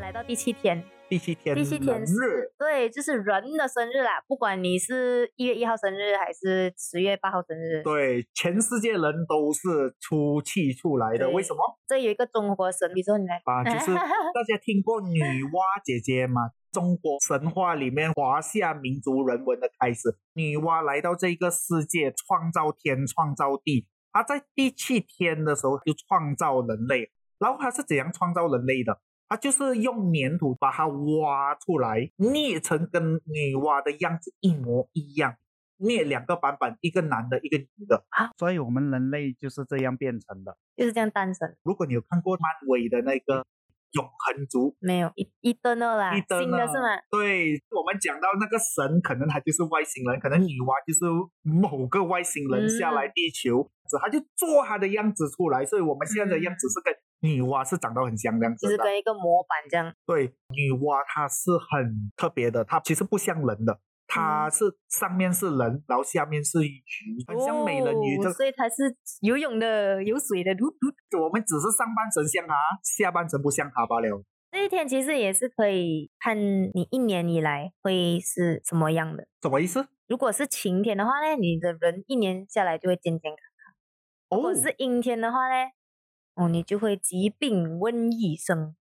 来到第七天，第七天，第七天日是，对，就是人的生日啦。不管你是一月一号生日还是十月八号生日，对，全世界人都是出气出来的，对为什么？这有一个中国神秘之后，你来啊，就是大家听过女娲姐姐吗？中国神话里面华夏民族人文的开始，女娲来到这个世界，创造天，创造地。她在第七天的时候就创造人类，然后她是怎样创造人类的？她就是用粘土把它挖出来，捏成跟女娲的样子一模一样，捏两个版本，一个男的，一个女的。所以我们人类就是这样变成的。 就是这样单身，如果你有看过漫威的那个永恒族，没有一一灯二啦，一灯新的是吗？对我们讲到那个神，可能他就是外星人，可能女娲就是某个外星人嗯下来地球，他就做他的样子出来，所以我们现在的样子是跟女娲是长得很像这样就子嗯是的。跟一个模板这样，对，女娲她是很特别的，她其实不像人的，嗯她是上面是人，然后下面是鱼，很像美人鱼。哦这所以它是游泳的、有水的。嘟嘟我们只是上半身像她，下半身不像她罢了。这一天其实也是可以看你一年以来会是什么样的。什么意思？如果是晴天的话呢，你的人一年下来就会健健康；如哦果，是阴天的话呢，哦，你就会疾病瘟疫生。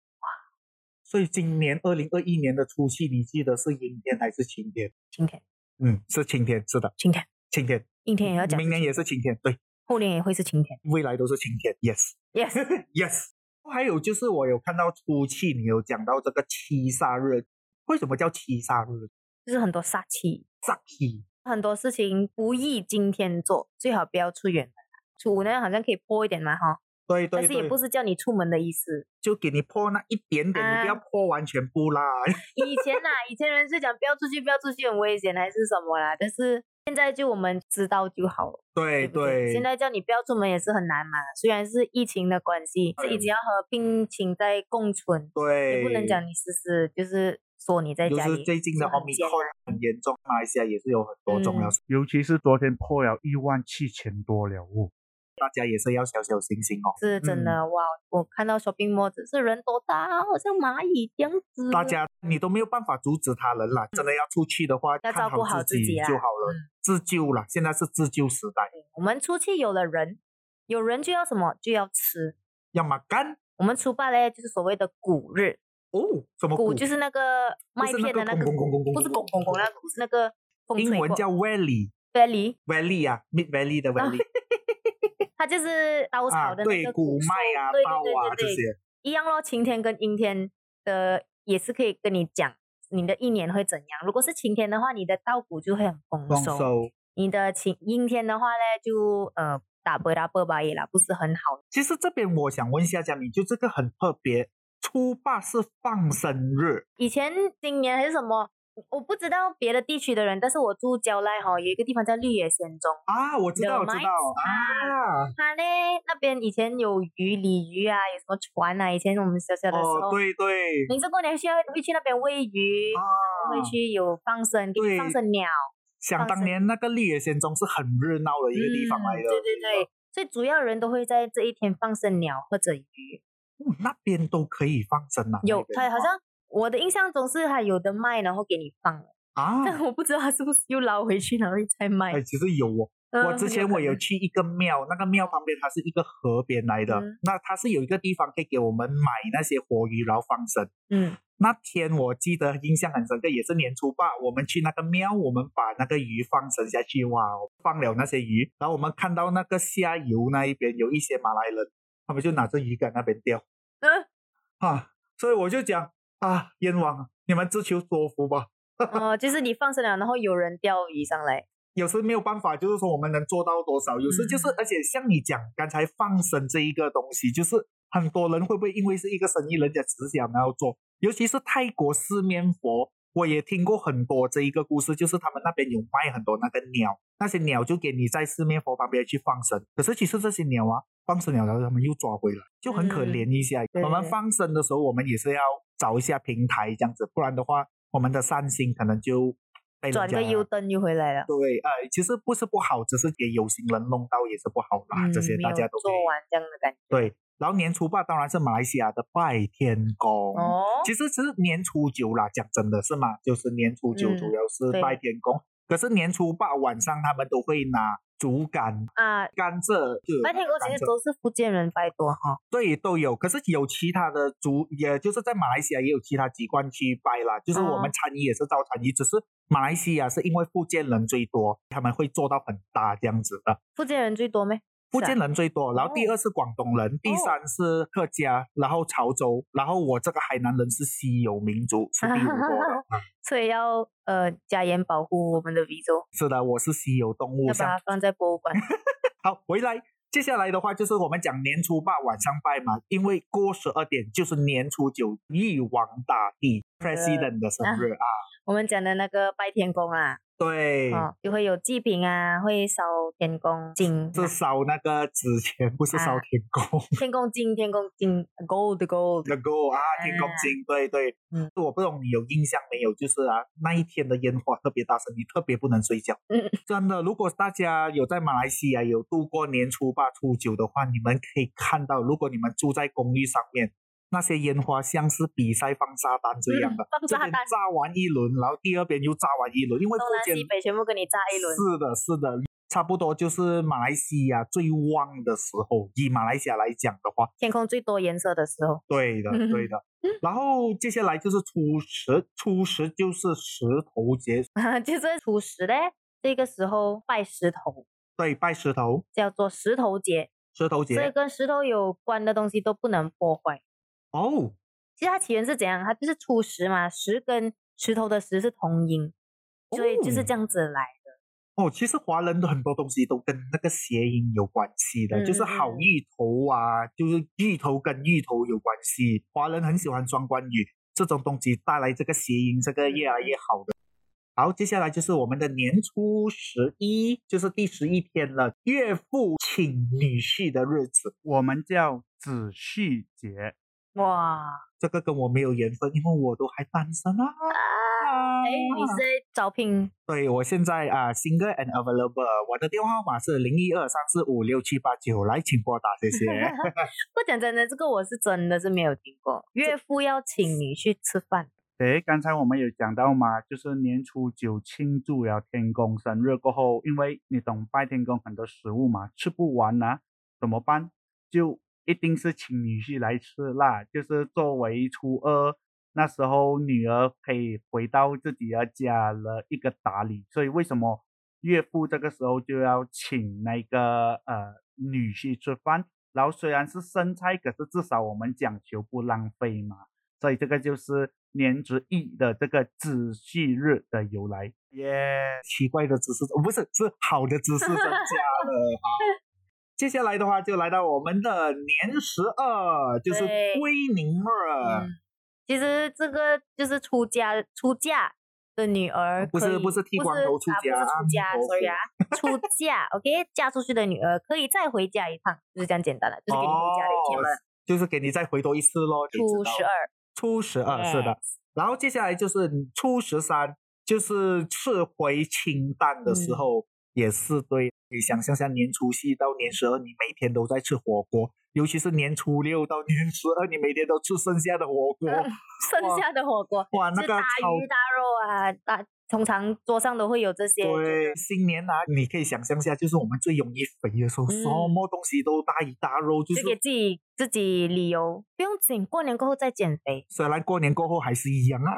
所以今年二零二一年的除夕，你记得是阴天还是晴天？晴天、嗯，是晴天，是的，晴天、晴天。阴天也要讲，明年也是晴天，对，后年也会是晴天。未来都是晴天。Yes，Yes Yes， yes。还有就是，我有看到初期你有讲到这个七煞日，为什么叫七煞日？就是很多煞气，煞气很多事情不宜今天做，最好不要出远门。初五呢，好像可以泼一点嘛哈，对但对是也对不，是叫你出门的意思。就给你泼那一点点，你不要啊泼完全部啦。以前啦， 以前人是讲不要出去，不要出去很危险，还是什么啦。但是现在就我们知道就好了， 对不对？现在叫你不要出门也是很难嘛，虽然是疫情的关系，是嗯已经要和病情在共存，对，也不能讲你死死就是说你在就家是里。最近的是很艰 Omicron 很严重，马来西亚也是有很多种了，嗯尤其是昨天破了一万七千多了哦，大家也是要小小心心哦。是真的、哇！我看到 shopping mall 只是人多大，好像蚂蚁这样子。大家你都没有办法阻止他人啦，真的要出去的话，嗯要看照顾好自自己啦啊嗯就好了，自救啦，现在是自救时代，我们出去有了人，有人就要什么就要吃。要么干我们初八嘞，就是所谓的谷日，哦，什么谷谷就是那个麦片的那个不是那个拱拱谷，拱拱不是拱拱拱那个谷，是那个风英吹文过叫 valley valley， valley 啊，mid valley 的 valley 它就是稻啊，草的那对个，谷麦啊、对稻啊对对这对对，些，一样咯。晴天跟阴天的也是可以跟你讲你的一年会怎样。如果是晴天的话，你的稻谷就会很丰丰收；收。你的晴阴天的话嘞，就呃打波打波吧也啦，不是很好。其实这边我想问一下佳敏，就这个很特别，初八是放生日，以前今年还是什么，我不知道别的地区的人，但是我住郊外哈，有一个地方叫绿野仙踪。啊，我知道，我啊 The 知道 mites 啊。它嘞那边以前有鱼、鲤鱼啊，有什么船啊？以前我们小小的时哦，候，对对每次过年需要会去那边喂鱼，啊，会去有放生，给你放对生鸟，想放当生年那个绿野仙踪是很热闹的一个地方来的，嗯对对对，所以主要人都会在这一天放生鸟或者鱼。哦那边都可以放生啊，有那，它边好像我的印象中是还有的卖，然后给你放，啊，但我不知道它是不是又捞回去，然后又再卖哎，。其实有哦，嗯我之前我有去一个庙，那个庙旁边它是一个河边来的，嗯那它是有一个地方可以给我们买那些活鱼，然后放生。 嗯，那天我记得印象很深刻，也是年初八，我们去那个庙，我们把那个鱼放生下去，哇，哦放了那些鱼，然后我们看到那个下游那一边有一些马来人，他们就拿着鱼竿那边钓嗯啊，所以我就讲啊，冤枉啊，你们自求多福吧。哦，就是你放生了，然后有人钓鱼上来，有时没有办法，就是说我们能做到多少，有时就是，而且像你讲刚才放生这一个东西，就是很多人会不会因为是一个生意，人家只想要做，尤其是泰国四面佛，我也听过很多这一个故事，就是他们那边有卖很多那个鸟，那些鸟就给你在四面佛旁边去放生，可是其实这些鸟啊，放生了然后他们又抓回来，就很可怜一下。对我们放生的时候，我们也是要找一下平台这样子，不然的话，我们的善心可能就。被人转个家右灯就回来了。对，呃，其实不是不好，只是给有心人弄到也是不好嗯啦。啊这些没大有家都可以做完这样的感觉。对。然后年初八当然是马来西亚的拜天公。哦，其实是年初九啦，讲真的是嘛，就是年初九嗯主要是对拜天公，可是年初八晚上他们都会拿竹竿、啊，甘蔗，就哦白天公其甘实蔗都是福建人拜多哈。对都有，可是有其他的族，也就是在马来西亚也有其他籍贯去拜啦，就是我们哦参与也是照参与，只是马来西亚是因为福建人最多，他们会做到很大这样子的，福建人最多咩？福是啊建人最多，然后第哦二是广东人，第三是客家，然后潮州，然后我这个海南人是稀有民族，是第五多的。 啊所以要呃加严保护我们的 V 州，是的，我是稀有动物要把像它放在博物馆。好，回来。接下来的话就是我们讲年初八晚上拜嘛，因为过十二点就是年初九玉皇大帝 president 的生日啊，我们讲的那个拜天公啊，对，哦，就会有祭品啊，会烧天公金、是烧那个纸钱，不是烧啊天公。天公金、天公金，gold gold，能够啊，天公金，对对，哎嗯，我不懂你有印象没有？就是啊，那一天的烟花特别大声，你特别不能睡觉。嗯，真的，如果大家有在马来西亚有度过年初八、初九的话，你们可以看到，如果你们住在公寓上面，那些烟花像是比赛放炸弹这样的，嗯放这炸边弹炸完一轮，然后第二边又炸完一轮，因为东福南建西北全部给你炸一轮。是的，是的，差不多就是马来西亚最旺的时候。以马来西亚来讲的话，天空最多颜色的时候， 对的，对嗯的。然后接下来就是初十，初十就是石头节，就是初十嘞。这个时候拜石头，对，拜石头，叫做石头节，石头所以节。跟石头有关的东西都不能破坏。哦，其实它起源是怎样？它就是初十嘛，十跟石头的石是同音，所以就是这样子来。哦，其实华人的很多东西都跟那个谐音有关系的，就是嗯嗯好嗯芋头啊，就是芋头跟芋头有关系。华人很喜欢双关语这种东西，带来这个谐音，这个越来越好的。好，接下来就是我们的年初十一，就是第十一天了，岳父请女婿的日子。我们叫子婿节。哇，这个跟我没有缘分，因为我都还单身啊。啊哎，你是在招聘对，我现在啊、s i n g l e and available，我的电话号码是零一二三四五六七八九，来请拨打，谢谢。不讲真的，这个我是真的是没有听过。岳父要请你去吃饭，诶，刚才我们有讲到嘛，就是年初九庆祝了天公生日过后，因为你懂拜天公很多食物嘛，吃不完呐、怎么办？就一定是请女婿来吃啦。就是作为初二那时候，女儿可以回到自己的家了一个打理，所以为什么岳父这个时候就要请那个呃女婿吃饭？然后虽然是生菜，可是至少我们讲求不浪费嘛。所以这个就是年之一的这个子序日的由来。耶、奇怪的知识，哦不是是好的知识增加 了啊。接下来的话就来到我们的年十二，就是对归宁日，嗯，其实这个就是出家出嫁的女儿哦不可以，是不是剃光头出家啊不是出家阿弥陀佛，sorry 啊，出嫁，OK，嫁出去的女儿可以再回家一趟，就是这样简单了，就是给你回家的一天哦了。就是给你再回多一次咯。你初知道十二，初十二，是的。 Yes，然后接下来就是初十三，就是吃回清淡的时嗯候，也是对。你想象下，年除夕到年十二，你每天都在吃火锅，尤其是年初六到年十二，你每天都吃剩下的火锅， 剩下的火锅哇，啊那是个大超鱼大肉啊，大通常桌上都会有这些。对，新年啊，你可以想象下，就是我们最容易肥的时候，什嗯么东西都大鱼大肉，就就是给自己自己理由，不用紧，过年过后再减肥。虽然过年过后还是一样啊，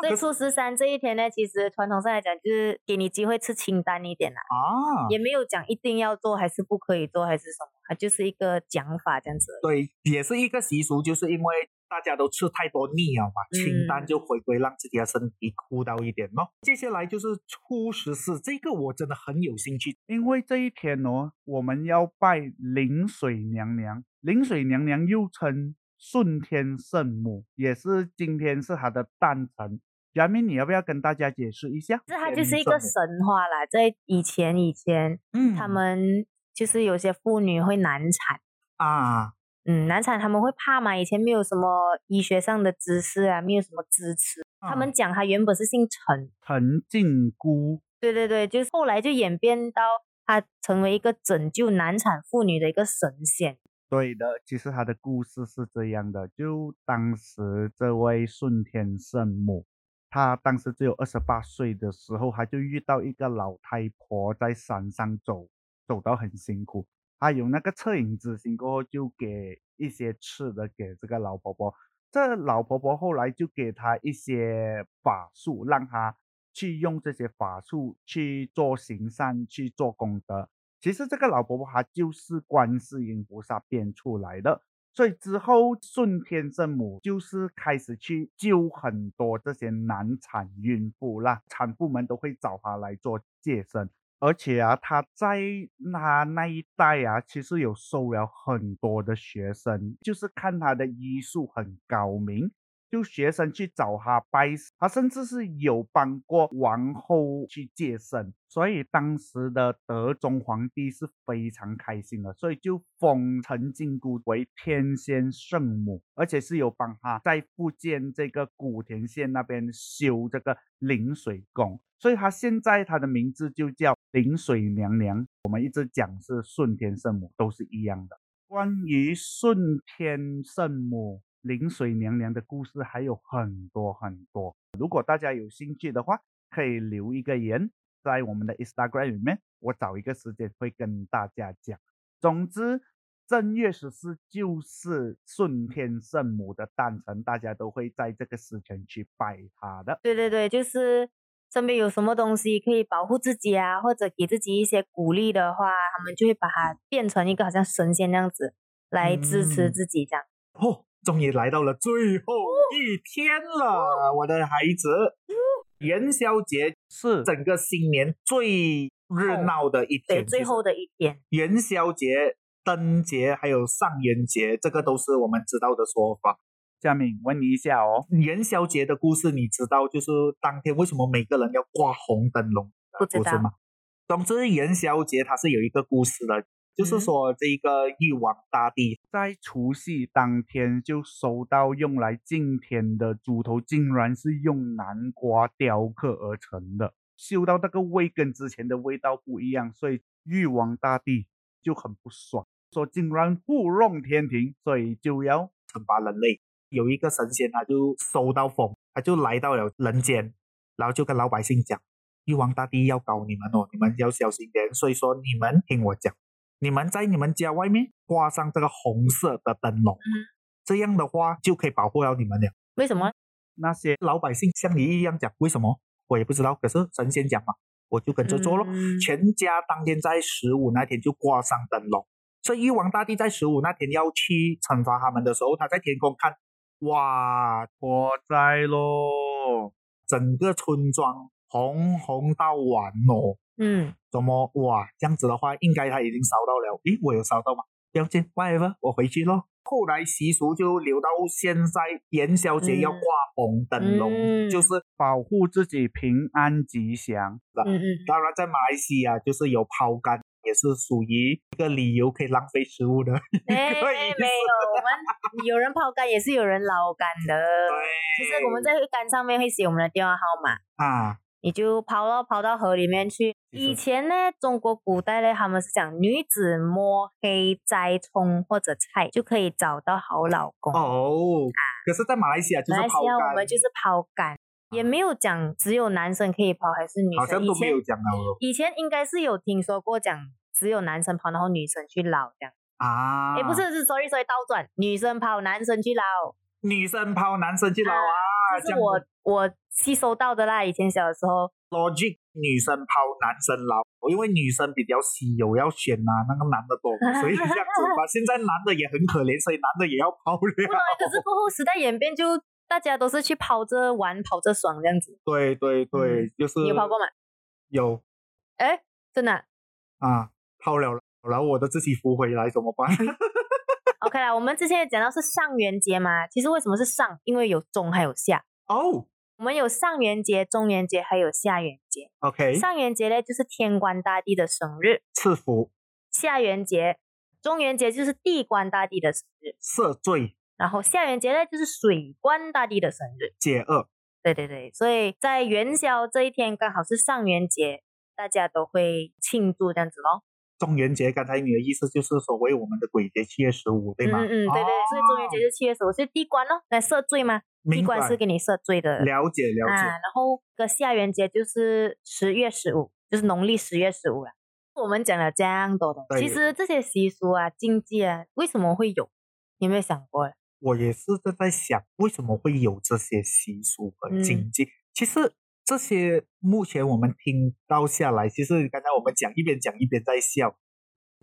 所可以是初十三这一天呢，其实传统上来讲，就是给你机会吃清淡一点啦，啊，也没有讲一定要做还是不可以做还是什么，它就是一个讲法这样子。对，也是一个习俗，就是因为大家都吃太多腻了嘛，清淡嗯就回归，让自己的身体酷到一点咯。接下来就是初十四，这个我真的很有兴趣。因为这一天哦，我们要拜灵水娘娘。灵水娘娘又称顺天圣母，也是今天是她的诞辰。杨明，你要不要跟大家解释一下？这它也就是没一个错神话啦，在以前以前，嗯他们就是有些妇女会难产，啊，嗯，难产他们会怕嘛，以前没有什么医学上的知识啊，没有什么支持，嗯他们讲他原本是姓陈，陈靖姑对对对，就是后来就演变到他成为一个拯救难产妇女的一个神仙。对的，其实他的故事是这样的：就当时这位顺天圣母，她当时只有二十八岁的时候，她就遇到一个老太婆在山上走，走到很辛苦。她有那个恻隐之心，过后就给一些吃的给这个老婆婆。这老婆婆后来就给她一些法术，让她去用这些法术去做行善，去做功德。其实这个老婆婆她就是观世音菩萨变出来的，所以之后顺天圣母就是开始去救很多这些难产孕妇啦，产妇们都会找她来做借身，而且啊，她在那那一代啊，其实有收了很多的学生，就是看她的医术很高明。就学生去找他拜师，他甚至是有帮过王后去接生，所以当时的德宗皇帝是非常开心的，所以就封陈靖姑为天仙圣母，而且是有帮他在福建这个古田县那边修这个灵水宫，所以他现在他的名字就叫灵水娘娘。我们一直讲是顺天圣母，都是一样的。关于顺天圣母、灵水娘娘的故事还有很多很多。如果大家有兴趣的话，可以留一个言在我们的 Instagram 里面，我找一个时间会跟大家讲。总之，正月十四就是顺天圣母的诞辰，大家都会在这个时辰去拜她的。对对对，就是身边有什么东西可以保护自己啊，或者给自己一些鼓励的话，他们就会把它变成一个好像神仙那样子来支持嗯自己这样。哦，终于来到了最后一天哦了，我的孩子。嗯元宵节是整个新年最热闹的一哦对，天，最后的一天，其实元宵节、灯节还有上元节，这个都是我们知道的说法。佳敏，问你一下哦，元宵节的故事你知道，就是当天为什么每个人要挂红灯笼？不知不是道。吗？总之，元宵节它是有一个故事的，就是嗯说这个玉皇大帝，在除夕当天就收到用来敬天的猪头，竟然是用南瓜雕刻而成的，嗅到那个味跟之前的味道不一样，所以玉皇大帝就很不爽，说竟然糊弄天庭，所以就要有一个神仙，他就收到风，他就来到了人间，然后就跟老百姓讲，玉皇大帝要搞你们哦，你们要小心点。所以说，你们听我讲，你们在你们家外面挂上这个红色的灯笼，这样的话就可以保护到你们了。为什么？那些老百姓像你一样讲，为什么我也不知道，可是神仙讲嘛，我就跟着做咯。嗯全家当天在十五那天就挂上灯笼，所以玉皇大帝在十五那天要去惩罚他们的时候，他在天空看，哇，火灾咯，整个村庄红红到完哦， 嗯，怎么哇这样子的话，应该他已经烧到了，咦，我有烧到吗？不要紧，whatever，我回去咯。后来习俗就留到现在，元宵节要嗯挂红灯笼，嗯就是保护自己平安吉祥。啊嗯嗯，当然在马来西亚就是有抛竿，也是属于一个理由可以浪费食物的。 哎、可以没有，我们有人抛竿，也是有人捞竿 的。其实我们在竿上面会写我们的电话号码，啊，你就抛到抛到河里面去。其实以前呢，中国古代呢，他们是讲女子摸黑摘葱或者菜就可以找到好老公。哦，可是，在马来西亚就马是来抛西亚我竿啊们，就是抛竿，也没有讲只有男生可以抛还是女生。好像都没有以前讲了哦以前应该是有听说过讲只有男生抛，然后女生去捞这样。啊。哎、不，是，是 sorry sorry 倒转，女生抛，男生去捞。女生抛，男生去捞啊。这是我我吸收到的啦。以前小的时 候， logic，女生抛，男生捞，因为女生比较稀有，要选啊，那个男的 多，所以这样子吧。现在男的也很可怜，所以男的也要抛 不然可是了。过后时代演变就，大家都是去跑着玩、跑着爽这样子。嗯对对对，就是你有跑过吗？有哎，真的啊啊，抛了了，然后我的自己扶回来怎么办？ ？OK 啦，我们之前也讲到是上元节嘛，其实为什么是上？因为有中还有下，哦我们有上元节、中元节还有下元节。 ，OK，上元节呢，就是天官大帝的生日；赐福下元节、中元节就是地官大帝的生日，赦罪然后下元节呢，就是水官大帝的生日。解厄，对对对，所以在元宵这一天刚好是上元节，大家都会庆祝这样子咯。中元节，刚才你的意思就是所谓我们的鬼节七月十五，对嗯吗？哦嗯嗯，对对，所以中元节就七月十五，所以地官咯，来赦罪嘛，地明官白是给你赦罪的了解了啊。解。然后个下元节就是十月十五，就是农历十月十五了。我们讲了这样多的，对其实这些习俗啊、禁忌啊，为什么会有？你有没有想过嘞？我也是在在想，为什么会有这些习俗和嗯禁忌？其实这些目前我们听到下来，其实刚才我们讲一边讲一边在笑，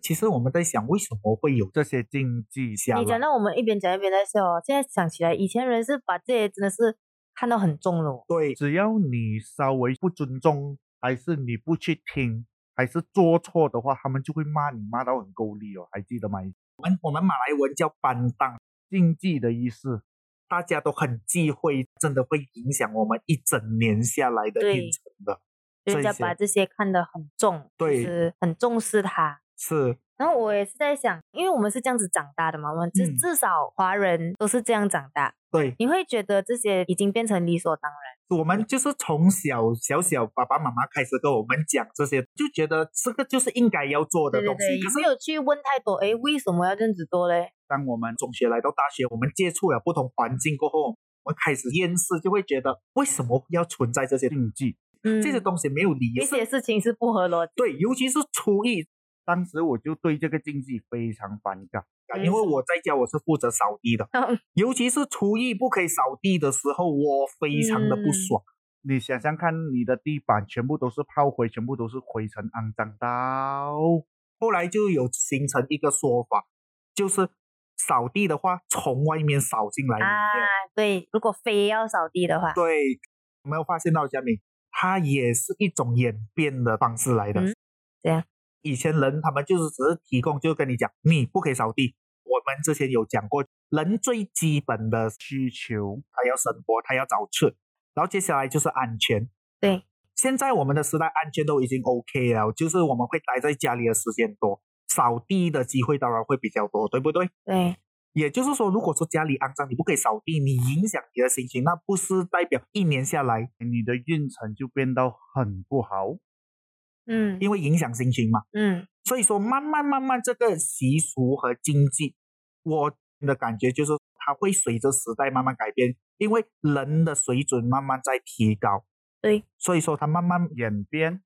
其实我们在想为什么会有这些禁忌。下你讲来？到我们一边讲一边在笑哦，现在想起来，以前人是把这些真的是看到很重了哦。对，只要你稍微不尊重，还是你不去听，还是做错的话，他们就会骂你，骂到很够力哦。还记得吗？我们我们马来文叫班当，禁忌的意思，大家都很忌讳，真的会影响我们一整年下来的对运程的。人这家些把这些看得很重，对就是很重视它。是，然后我也是在想，因为我们是这样子长大的嘛，我们至、嗯至少华人都是这样长大，对，你会觉得这些已经变成理所当然。我们就是从小小小爸爸妈妈开始跟我们讲这些，就觉得这个就是应该要做的对东对西。对，也可是没有去问太多，诶，为什么要这样子做嘞？当我们中学来到大学，我们接触了不同环境过后，我们开始厌世，就会觉得为什么要存在这些禁忌。嗯，这些东西没有理有一性？些事情是不合逻辑。对，尤其是初一，当时我就对这个禁忌非常反感。啊没因为错，我在家我是负责扫地的尤其是初一不可以扫地的时候，我非常的不爽。你想想看，你的地板全部都是炮灰，全部都是灰尘，肮脏到后来就有形成一个说法，就是扫地的话从外面扫进来里面。啊对，如果非要扫地的话，对，有没有发现到嘉敏？它也是一种演变的方式来的。嗯怎样以前人他们就是只是提供，就跟你讲，你不可以扫地。我们之前有讲过，人最基本的需求。他要生活，他要找吃，然后接下来就是安全。对，现在我们的时代安全都已经 OK 了，就是我们会待在家里的时间多，扫地的机会当然会比较多，对不对？对，也就是说，如果说家里肮脏，你不可以扫地，你影响你的心情，那不是代表一年下来你的运程就变到很不好。嗯因为影响心情嘛。嗯，所以说，慢慢慢慢，这个习俗和经济，我的感觉就是它会随着时代慢慢改变，因为人的水准慢慢在提高。对，所以说它慢慢演变，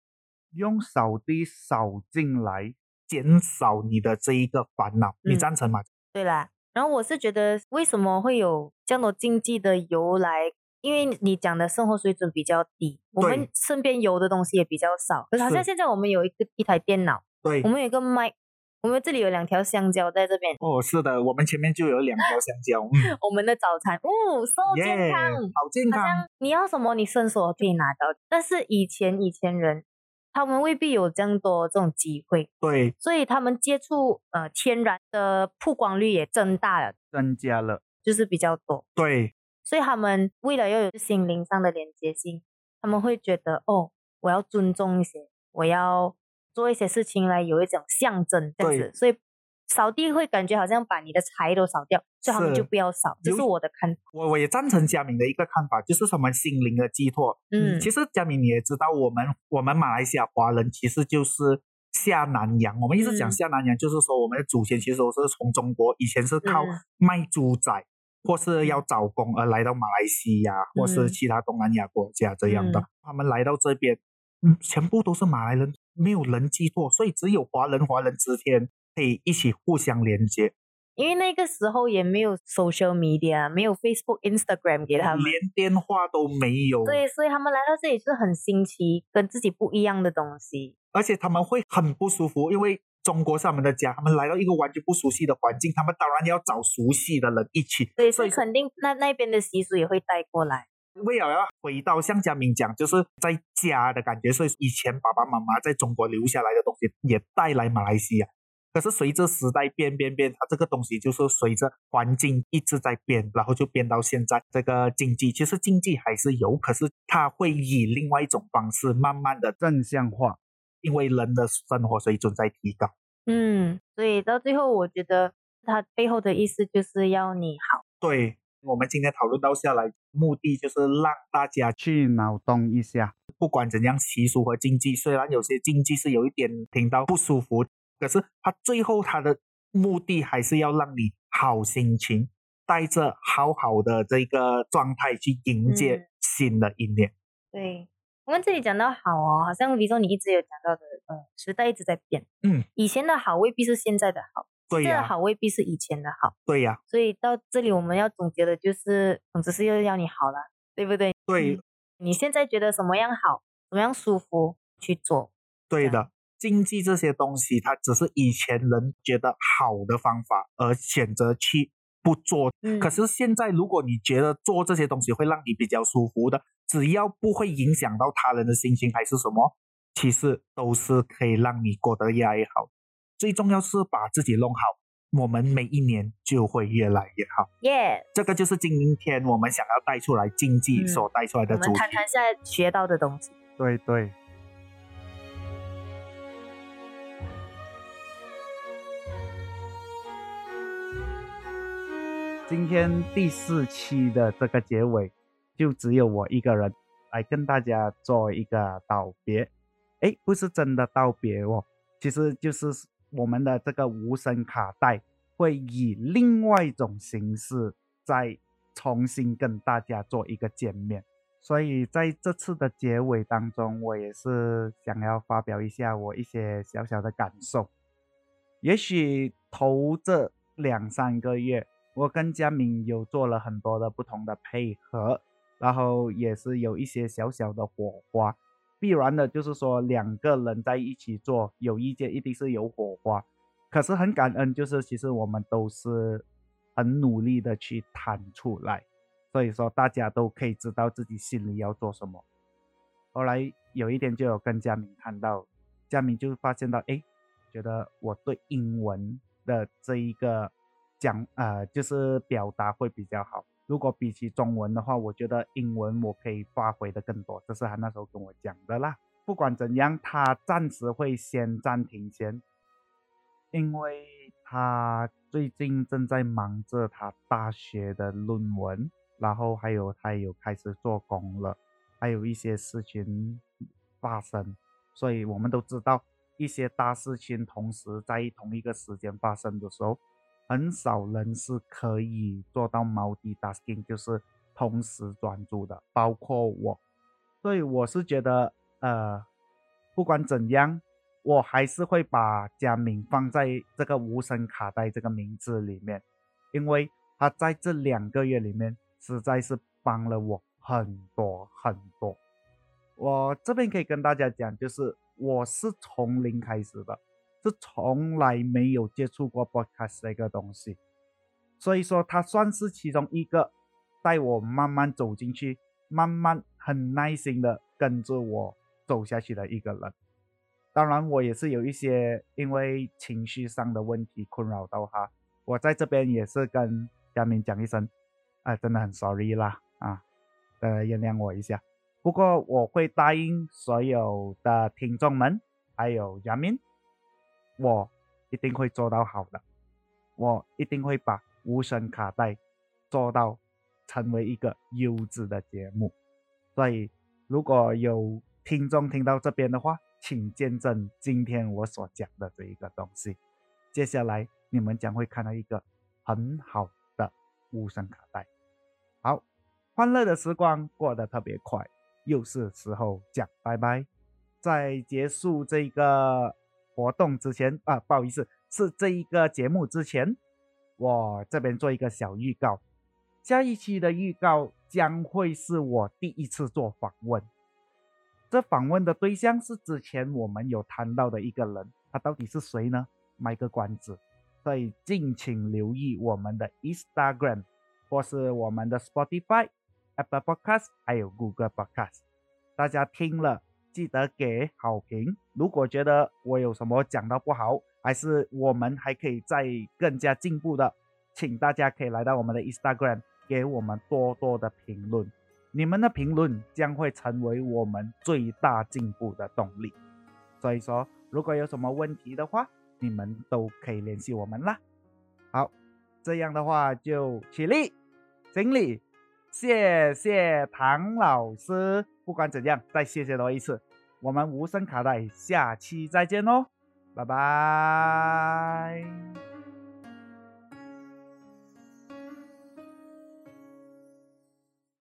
用扫地扫进来，减少你的这一个烦恼，你嗯赞成吗？对啦。然后我是觉得，为什么会有这样的禁忌的由来？因为你讲的生活水准比较低，我对们身边有的东西也比较少。可是好像是现在我们有一个一台电脑，对我，们有一个麦，我们这里有两条香蕉在这边。 哦，是的，我们前面就有两条香蕉，嗯，我们的早餐，哦，瘦耶健康。好健好康像，你要什么，你伸手可以拿到。但是以前以前人，他们未必有这样多这种机会，对，所以他们接触呃天然的曝光率也增大了，增加了就是比较多。对，所以他们为了要有心灵上的连接性，他们会觉得哦，我要尊重一些，我要做一些事情来有一种象征这样对子。所以扫地会感觉好像把你的财都扫掉，所以他们是就不要扫。这尤是其我的看法。我我也赞成佳敏的一个看法，就是什么心灵的寄托。嗯其实佳敏你也知道，我们我们马来西亚华人其实就是下南洋。我们一直讲嗯下南洋，就是说我们的祖先其实都是从中国以前是靠嗯卖猪仔、或是要找工而来到马来西亚，或是嗯其他东南亚国家这样的。嗯他们来到这边，嗯，全部都是马来人，没有人寄托，所以只有华人华人之间可以一起互相连接。因为那个时候也没有 social media，没有 Facebook、Instagram 给他们，连电话都没有，对，所以他们来到这里是很新奇，跟自己不一样的东西。而且他们会很不舒服，因为中国是他们的家，他们来到一个完全不熟悉的环境，他们当然要找熟悉的人一起。对，所所以以说肯定那那边的习俗也会带过来。为了要回到像佳明讲，就是在家的感觉，所以以前爸爸妈妈在中国留下来的东西也带来马来西亚。可是随着时代变变变，它这个东西就是随着环境一直在变，然后就变到现在这个经济。其实经济还是有，可是它会以另外一种方式，慢慢的，正向化。因为人的生活水准在提高。嗯，所以到最后，我觉得它背后的意思就是要你好。对，我们今天讨论到下来，目的就是让大家去脑洞一下，不管怎样习俗和禁忌，虽然有些禁忌是有一点听到不舒服，可是他最后他的目的还是要让你好心情，带着好好的这个状态去迎嗯接新的一年。对，我们这里讲到好哦，好像比如说你一直有讲到的，呃，时代一直在变，嗯，以前的好未必是现在的好，对现在呀、的好未必是以前的好，对呀、所以到这里我们要总结的就是，总之是要要你好啦，对不对？对，嗯你现在觉得什么样好，怎么样舒服去做，对这的，经济这些东西，它只是以前人觉得好的方法而选择去不做。嗯，可是现在，如果你觉得做这些东西会让你比较舒服的，只要不会影响到他人的心情还是什么，其实都是可以让你过得越来越好。最重要是把自己弄好，我们每一年就会越来越好。耶这个就是今天我们想要带出来经济嗯所带出来的我主们题。谈谈现在学到的东西。对对，今天第四期的这个结尾，就只有我一个人来跟大家做一个道别。诶，不是真的道别哦，其实就是我们的这个无声卡带会以另外一种形式再重新跟大家做一个见面。所以在这次的结尾当中，我也是想要发表一下我一些小小的感受。也许头这两三个月，我跟佳敏有做了很多的不同的配合，然后也是有一些小小的火花。必然的就是说，两个人在一起做，有意见一定是有火花。可是很感恩，就是其实我们都是很努力的去谈出来。所以说大家都可以知道自己心里要做什么。后来有一天就有跟佳明谈到，佳明就发现到，哎，觉得我对英文的这一个讲呃，就是表达会比较好。如果比起中文的话，我觉得英文我可以发挥的更多，这是他那时候跟我讲的啦。不管怎样，他暂时会先暂停先，因为他最近正在忙着他大学的论文，然后还有他有开始做工了，还有一些事情发生，所以我们都知道一些大事情同时在同一个时间发生的时候，很少人是可以做到 multitasking，就是同时专注的，包括我。所以我是觉得，呃，不管怎样，我还是会把佳敏放在这个无声卡带这个名字里面，因为他在这两个月里面实在是帮了我很多很多。我这边可以跟大家讲，就是我是从零开始的，是从来没有接触过 podcast 这个东西，所以说它算是其中一个带我慢慢走进去，慢慢很耐心的跟着我走下去的一个人。当然，我也是有一些因为情绪上的问题困扰到他，我在这边也是跟佳明讲一声，啊，真的很 sorry 啦，啊，呃，原谅我一下。不过我会答应所有的听众们，还有人民，我一定会做到好的，我一定会把无声卡带做到成为一个优质的节目。所以，如果有听众听到这边的话，请见证今天我所讲的这一个东西。接下来你们将会看到一个很好的无声卡带。好，欢乐的时光过得特别快。又是时候讲拜拜。在结束这个活动之前啊，不好意思，是这一个节目之前，我这边做一个小预告。下一期的预告将会是我第一次做访问，这访问的对象是之前我们有谈到的一个人，他到底是谁呢？卖个关子，所以敬请留意我们的 Instagram 或是我们的 Spotify Apple Podcast 还有 Google Podcast。大家听了记得给好评。如果觉得我有什么讲到不好，还是我们还可以再更加进步的，请大家可以来到我们的 Instagram 给我们多多的评论。你们的评论将会成为我们最大进步的动力。所以说，如果有什么问题的话，你们都可以联系我们啦。好，这样的话就起立，行礼，谢谢唐老师。不管怎样，再谢谢多一次。我们无声卡带，下期再见哦，拜拜。